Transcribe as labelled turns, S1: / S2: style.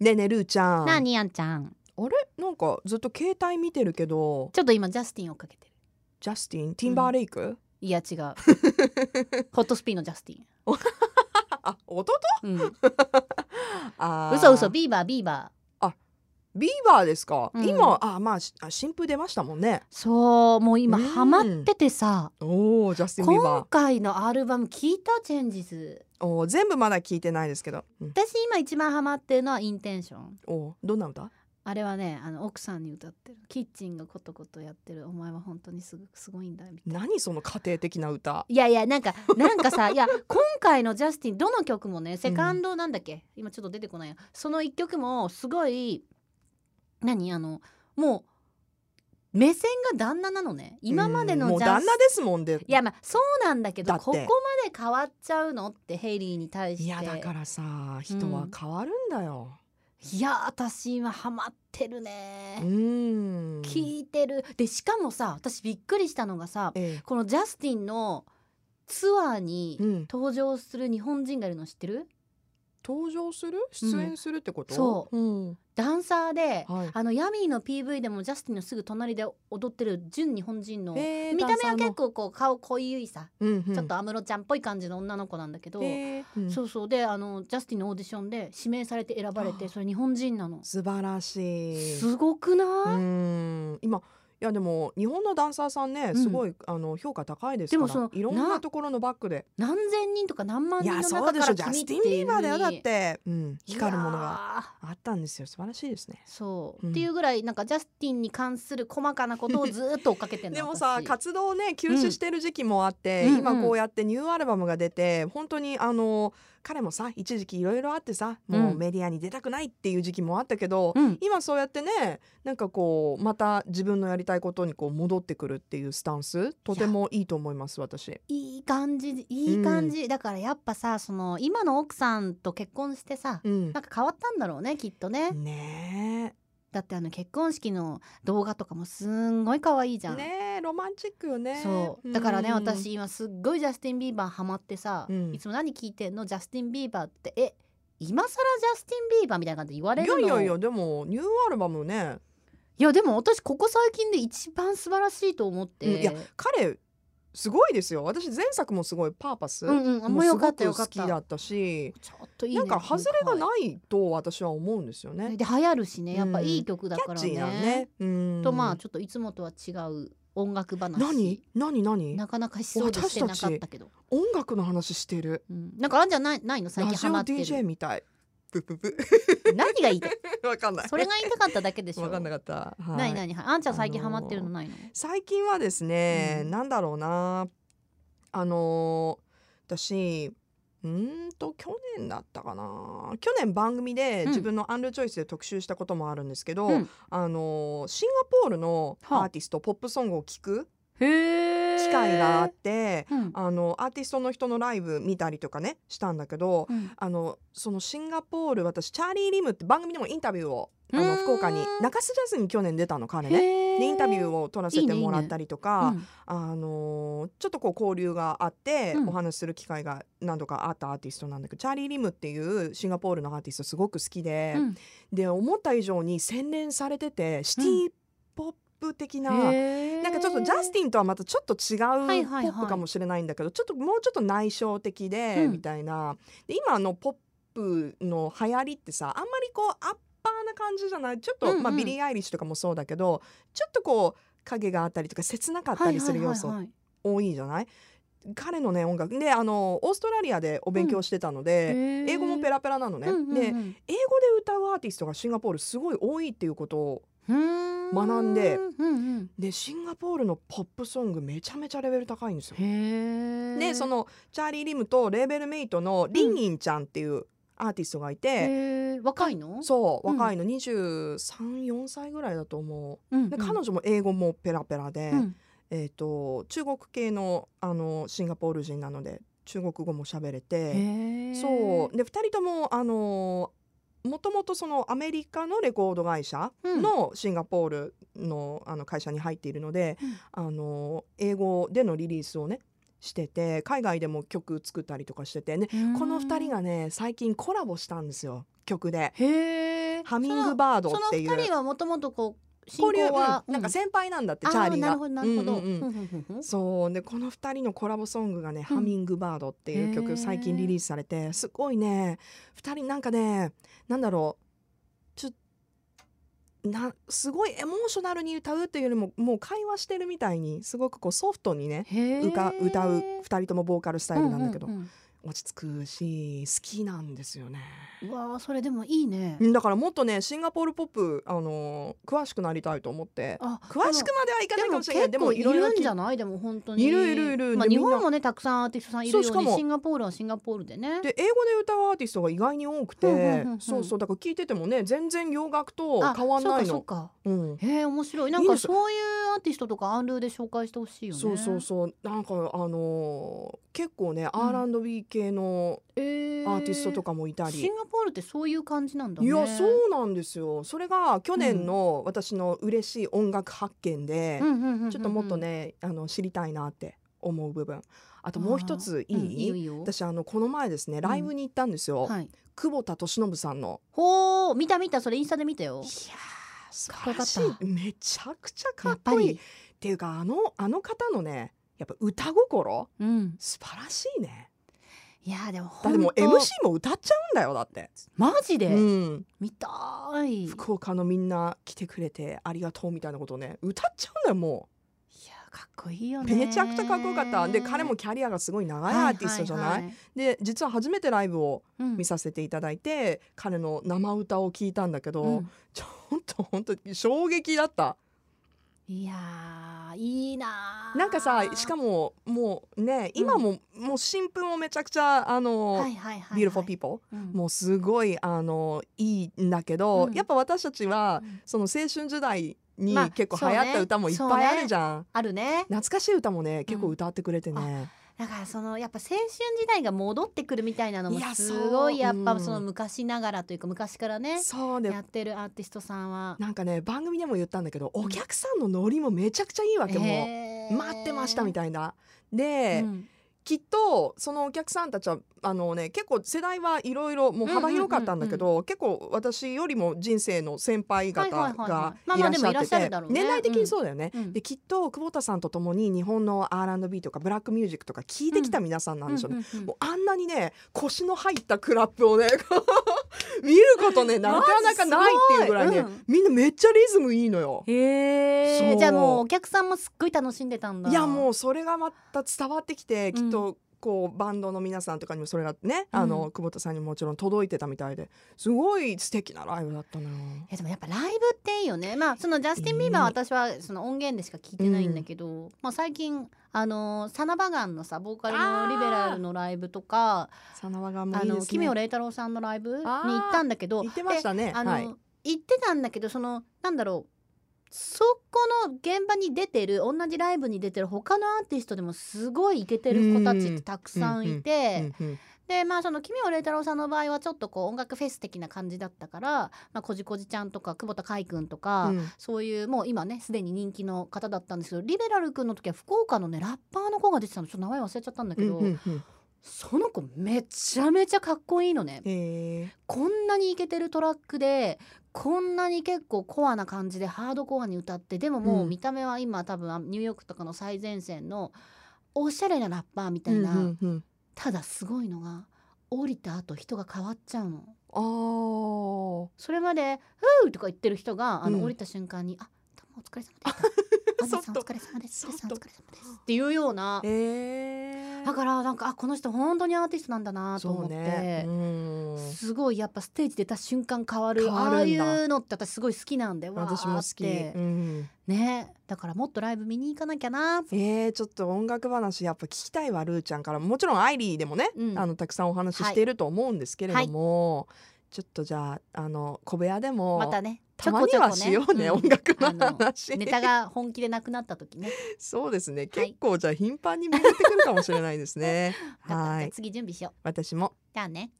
S1: ねえねえルーちゃん
S2: なあにやんちゃん
S1: あれなんかずっと携帯見てるけど
S2: ちょっと今ジャスティンをかけてる
S1: ジャスティンティンバーレイク、
S2: い や違うホットスピンのジャスティン、
S1: あ弟
S2: うん、
S1: あー
S2: 嘘嘘ビーバービーバー
S1: ビーバーですか、
S2: うん
S1: 今あまあしあ新風出ましたもんね
S2: そうもう今
S1: うん
S2: ハマっててさ、
S1: おおジャスティン・ビー
S2: 今
S1: バ
S2: 回のアルバム聞いたチェンジズ
S1: ーおー全部まだ聞いてないですけど、うん、
S2: 私今一番ハマってるのはインテンション
S1: おーどんな歌
S2: あれはねあの奥さんに歌ってるキッチンがコトコトやってるお前は本当にすごすごいんだみたいな
S1: 何その家庭的な歌
S2: いやいやな んかなんかさいや今回のジャスティンどの曲もねセカンドなんだっけ、今ちょっと出てこないやその一曲もすごい何あのもう目線が旦那なのね今までの
S1: うんもう
S2: ジャ
S1: 旦
S2: ス
S1: 那ですもんで
S2: いやまあそうなんだけど
S1: だって
S2: ここまで変わっちゃうのってヘイリーに対して
S1: いやだからさ人は変わるんだよ
S2: いや私今ハマってる
S1: う
S2: ね、
S1: ん
S2: 聞いてるでしかもさ私びっくりしたのがさ
S1: え
S2: このジャスティンのツアーに
S1: えうん
S2: 登場する日本人がいるの知ってる
S1: 登場する出演するってこと、、
S2: そう
S1: うん、
S2: ダンサーで、
S1: はい
S2: あのヤミーの PV でもジャスティンのすぐ隣で踊ってる純日本人の、
S1: えー
S2: 見た目
S1: ダ
S2: は
S1: ンサーの
S2: 結構こう顔濃いさ、
S1: うんうん
S2: ちょっと安室ちゃんっぽい感じの女の子なんだけど、
S1: ええうん
S2: そうそうであのジャスティンのオーディションで指名されて選ばれて
S1: あ
S2: それ日本人なの
S1: 素晴らしい
S2: すごく
S1: う
S2: ない、
S1: ん今いやでも日本のダンサーさんね
S2: ん
S1: すごい、あの評価高いです
S2: で
S1: か
S2: も
S1: ら
S2: その
S1: いろん
S2: な
S1: なところのバックで
S2: 何千人とか何万
S1: い
S2: 人の
S1: や
S2: 中
S1: そうでし
S2: か
S1: ょジ
S2: ら
S1: ャ
S2: 君
S1: ス
S2: っ
S1: テ
S2: て
S1: ィン・ビ
S2: い
S1: ー
S2: う
S1: バーだよだ
S2: の
S1: っ
S2: に
S1: て、うん、光るもの
S2: いや
S1: が
S2: ー
S1: あったんですよ素晴らしいですね
S2: そう、
S1: うん
S2: っていうぐらいなんかジャスティンに関する細かなことをずーっと追っかけてるの
S1: でもさ
S2: 私
S1: 活動をね休止してる時期もあって、
S2: うん
S1: 今こうやってニューアルバムが出て本当にあの彼もさ一時期いろいろあってさもううんメディアに出たくないっていう時期もあったけど、
S2: うん
S1: 今そうやってねなんかこうまた自分のやりたいことにこう戻ってくるっていうスタンスとてもいいと思います私。
S2: いい感じいい感じ、だからやっぱさその今の奥さんと結婚してさ、
S1: うん
S2: なんか変わったんだろうねきっとね、
S1: ね
S2: だってあの結婚式の動画とかもすんごい可愛いじ
S1: え
S2: ゃん、
S1: ねえロマンチックよね
S2: そうだからね、
S1: うん
S2: 私今すっごいジャスティン・ビーバーハマってさ、
S1: うん
S2: いつも何聞いてんのジャスティン・ビーバーってえ今更ジャスティン・ビーバーみたいな感じで言われ
S1: い
S2: るの
S1: やいやいやでもニューアルバムね、
S2: いやでも私ここ最近で一番素晴らしいと思って、
S1: うんいや彼すごいですよ私前作もすごい「パーパス」
S2: うんうんあんまよかったよかっ
S1: もうすごく好きだ
S2: た
S1: ったし
S2: ちょっといい、ね、
S1: なんか外れがないと私は思うんですよね。
S2: で流行るしねやっぱ
S1: うん
S2: いい曲だ
S1: キャ
S2: か
S1: ッ
S2: ら
S1: チ
S2: ね,、
S1: ーなね。うん
S2: とまあちょっといつもとは違う音楽話
S1: 何何何
S2: なかなかしそうでしてなかったけど
S1: 音楽の話してる。
S2: うん、なんかあんじゃないないの最
S1: ラ
S2: 近
S1: ジ
S2: ハ
S1: オ
S2: マってる
S1: DJ みたい。プププ。
S2: 何が言いたい
S1: わかんない。
S2: それが言いたかっただけでしょ
S1: わかんなかった。はい
S2: ないないあんちゃん最近ハマってるのないの、
S1: 最近はですね、
S2: うん
S1: なんだろうなあのー私うーんと去年だったかな去年番組で
S2: うん
S1: 自分のアンルチョイスで特集したこともあるんですけど、
S2: うん
S1: あのーシンガポールのアーティスト、ポップソングを聴く
S2: へえ
S1: 機会があって、
S2: うん
S1: あのアーティストの人のライブ見たりとかねしたんだけど、
S2: うん
S1: あのそのシンガポール私チャーリー・リムって番組でもインタビューをあ
S2: うーん
S1: の福岡に中洲ジャズに去年出たの彼
S2: へ
S1: ね。
S2: え
S1: でインタビュー
S2: を、
S1: を取らせてもらったりとか
S2: うん
S1: あのーちょっとこう交流があって、
S2: うん
S1: お話しする機会が何度かあったアーティストなんだけどチャーリー・リムっていうシンガポールのアーティストすごく好きで、
S2: うん
S1: で思った以上に洗練されててシティ・ポップ的な。
S2: へー
S1: なんかちょっとジャスティンとはまたちょっと違うポ
S2: いはいはい
S1: ップかもしれないんだけど、ちょっともうちょっと内省的で、
S2: うん
S1: みたいなで今のポップの流行りってさあんまりこうアッパーな感じじゃないちょっと、
S2: うんうん
S1: まあ、ビリー・アイリッシュとかもそうだけどちょっとこう影があったりとか切なかったりする要素
S2: はいはいはいはい
S1: 多いじゃない彼のね音楽であのオーストラリアでお勉強してたので、
S2: へー
S1: 英語もペラペラなのね、
S2: うんうんうん
S1: で英語で歌うアーティストがシンガポールすごい多いっていうことを
S2: うーん
S1: 学んで
S2: うんうん
S1: でシンガポールのポップソングめちゃめちゃレベル高いんですよ。
S2: へえ
S1: でそのチャーリー・リムとレーベルメイトのリンリンちゃんっていうアーティストがいて、
S2: へー若いの
S1: そう
S2: うん
S1: 若いの234歳ぐらいだと思
S2: う、んう
S1: う。
S2: ん
S1: で彼女も英語もペラペラで、
S2: うん
S1: えー、と中国系のあのシンガポール人なので中国語も喋れて
S2: へー
S1: そうで2人ともあのもともとそのアメリカのレコード会社のシンガポールのあの会社に入っているので、あの英語でのリリースをねしてて海外でも曲作ったりとかしててねこの2人がね最近コラボしたんですよ曲で。
S2: へえ
S1: ハミングバードっていう
S2: その二人はもともとこう
S1: 交
S2: 交
S1: 流
S2: 流
S1: は
S2: は、、
S1: なんか
S2: っ
S1: 先輩なんだってチャーリーが。
S2: なるほどなるほ
S1: う
S2: ど。
S1: んうんうんそうでこの2人のコラボソングがね「ハミングバード」っていう
S2: へ
S1: 曲
S2: ー
S1: 最近リリースされてすごいね2人なんかねなんだろうちょなすごいエモーショナルに歌うっていうよりももう会話してるみたいにすごくこうソフトにね
S2: へー
S1: 歌歌う2人ともボーカルスタイルなんだけど、
S2: うんうん
S1: 落ち着くし好きなんですよね
S2: うんうわあそれでもいいね。
S1: だからもっとねシンガポールポップ、あの詳しくなりたいと思って
S2: あ
S1: 詳しくまではいかないかもしれない
S2: でも結構いるんじ
S1: 聞
S2: ゃないでも本当に
S1: いるいるいる
S2: まあ、
S1: で
S2: 日
S1: みんな
S2: 本もねたくさんアーティストさんいるように
S1: そうしかも
S2: シンガポールはシンガポールでね
S1: で英語で歌うアーティストが意外に多くて、
S2: うんうんうんうん
S1: そうそうだから聞いててもね全然洋楽と
S2: あ
S1: 変わんない
S2: そう
S1: の。
S2: かそう
S1: う
S2: か
S1: ん
S2: へえ面白いなん
S1: いい
S2: か
S1: です
S2: そういうアーティストとかアンルーで紹介してほしいよね
S1: そうそうそうなんかあのー結構ね、R&B 系の
S2: えー
S1: アーティストとかもいた
S2: シ
S1: り
S2: ン、ガポールってそういう感じなんだね
S1: いやそうなんですよそれが去年の私の嬉しい音楽発見で、
S2: うんうんうんうんうん
S1: ちょっともっとねあの知りたいなって思う部分あともう一つい
S2: うんいい
S1: い、
S2: よいいよ
S1: 私あのこの前ですねライブに行ったんですよ、
S2: はい
S1: 久保田利伸さんの
S2: ほう見た見たそれインスタで見た
S1: い
S2: よ
S1: やー素
S2: 晴らしい
S1: めちゃくちゃか
S2: や
S1: っ
S2: っぱ
S1: こいいっ
S2: り
S1: ていうかあのあの方のねやっぱ歌心
S2: うん
S1: 素晴らしいね
S2: いやでも
S1: だ
S2: 本
S1: って
S2: 当
S1: もう MC も歌っちゃうんだよだって、
S2: マジで、
S1: うん、
S2: 見たいいや
S1: 福岡のみんな来てくれてありがとうみたいなことね歌っちゃうんだよも
S2: かっこいいよ
S1: う
S2: ね
S1: めちゃくちゃかっこよかったで彼もキャリアがすごい長いアーティストじゃない,、
S2: ははは
S1: で実は初めてライブを
S2: うん
S1: 見させていただいて、彼の生歌を聞いたんだけど、
S2: うん
S1: ちょっと本当に衝撃だった
S2: いやーいいなー
S1: なんかさしかももうね今も、もう新聞をめちゃくちゃあの、
S2: はいはいはいはい、
S1: Beautiful People
S2: うん
S1: もうすごいあのいいんだけど、
S2: うん
S1: やっぱ私たちは、
S2: うん
S1: その青春時代に
S2: まあ
S1: 結構流行っ
S2: そう
S1: た
S2: ね
S1: 歌もいっぱいあるじゃん、
S2: あるね
S1: 懐かしい歌もね結構歌ってくれてね、
S2: だからそのやっぱ青春時代が戻ってくるみたいなのも
S1: いや
S2: すご
S1: そう
S2: いやっ
S1: う
S2: ぱ
S1: ん
S2: その昔ながらというか昔からね
S1: そうで
S2: やってるアーティストさんは。
S1: なんかね番組でも言ったんだけどお客さんのノリもめちゃくちゃいいわけ、もう待ってましたみ
S2: た
S1: たいな。で、
S2: うん
S1: きっとそのお客さんたちはあの、ね、結構世代はいろいろもう幅広かったんだけど、結構私よりも人生の先輩方
S2: はいはいはい
S1: が
S2: はいい
S1: らっ
S2: まあまあで
S1: しゃ
S2: もいら
S1: っ
S2: ってしゃ
S1: て
S2: るだろうね
S1: 年代的にそうだよね。
S2: うん
S1: できっと久保田さんとともに日本の R&B とかブラックミュージックとか聞いてきた皆さんなんでしょうね。
S2: うんうんうん
S1: もうあんなにね腰の入ったクラップをね 見ることねなかなかないっていうぐらいね、
S2: マジすごいうん
S1: みんなめっちゃリズムいいのよ。
S2: へ
S1: そ
S2: え
S1: う
S2: じゃあもうお客さんもすっごい楽しんでたんだ
S1: いやも
S2: う
S1: うそれがまた伝わってきて
S2: ん
S1: きっとこうバンドの皆さんとかにもそれがね、
S2: うん
S1: あの久保田さんにももちろん届いてたみたいですごい素敵なライブだったな。
S2: いやでもやっぱライブっていいよねまあそのジャスティン・ビーバーは私はその音源でしか聞いてないんだけど、まあ、最近あのサナバガンのさボーカル
S1: あ
S2: の
S1: ー
S2: リベラルのライブとか
S1: さなわがも
S2: あ
S1: いいで
S2: の
S1: す
S2: 奇妙
S1: ね。
S2: 麗太郎さんのライブに
S1: あー
S2: 行ったんだけど
S1: 言ってましたね。
S2: あの、
S1: はい。
S2: 言ってたんだけどそのなんだろうそこの現場に出てる同じライブに出てる他のアーティストでもすごいイケてる子たちってたくさんいて、
S1: うんうん
S2: でまあその奇妙麗太郎さんの場合はちょっとこう音楽フェス的な感じだったから、まあ、こじこじちゃんとか久保田海君とか、
S1: うん
S2: そういうもう今ねすでに人気の方だったんですけどリベラル君の時は福岡のねラッパーの子が出てたのちょっと名前忘れちゃったんだけど、
S1: うんうんうん
S2: その子めちゃめちゃかっこいいのね。
S1: えー
S2: こんなにイケてるトラックでこんなに結構コアな感じでハードコアに歌ってでももううん見た目は今多分ニューヨークとかの最前線のおしゃれなラッパーみたいな、
S1: うんうんうん
S2: ただすごいのが降りた後人が変わっちゃうの
S1: あー
S2: それまで「ふう!」とか言ってる人があの、
S1: うん
S2: 降りた瞬間に「あどうもお疲れ様でした」「
S1: そ
S2: あ
S1: っと
S2: さんお疲れ様です」
S1: そ
S2: 「
S1: っと
S2: さんお疲れ様です」っていうような
S1: えー
S2: だからなんかあこの人本当にアーティストなんだなと
S1: そ
S2: 思
S1: う
S2: って。
S1: ね。うん
S2: すごいやっぱステージ出た瞬間変わる
S1: 変わ
S2: ああ
S1: るん
S2: い
S1: だ
S2: うのって私すごい好きなんでわーって
S1: 私も好き。うん
S2: ねだからもっとライブ見に行かなきゃな
S1: えー、ちょっと音楽話やっぱ聞きたいわルーちゃんからもちろんアイリーでもね、
S2: うん
S1: あのたくさんお話ししていると思うんですけれども、ちょっとじゃああの小部屋でも、
S2: またね
S1: たまにはしようね音楽
S2: あ
S1: の
S2: の
S1: 話
S2: ネタが本気でなくなった時ね
S1: そうですね結 構じゃあ頻繁に巡ってくるかもしれないですね
S2: だから
S1: は
S2: じゃあ
S1: い
S2: 次準備しよう
S1: 私も
S2: じゃあね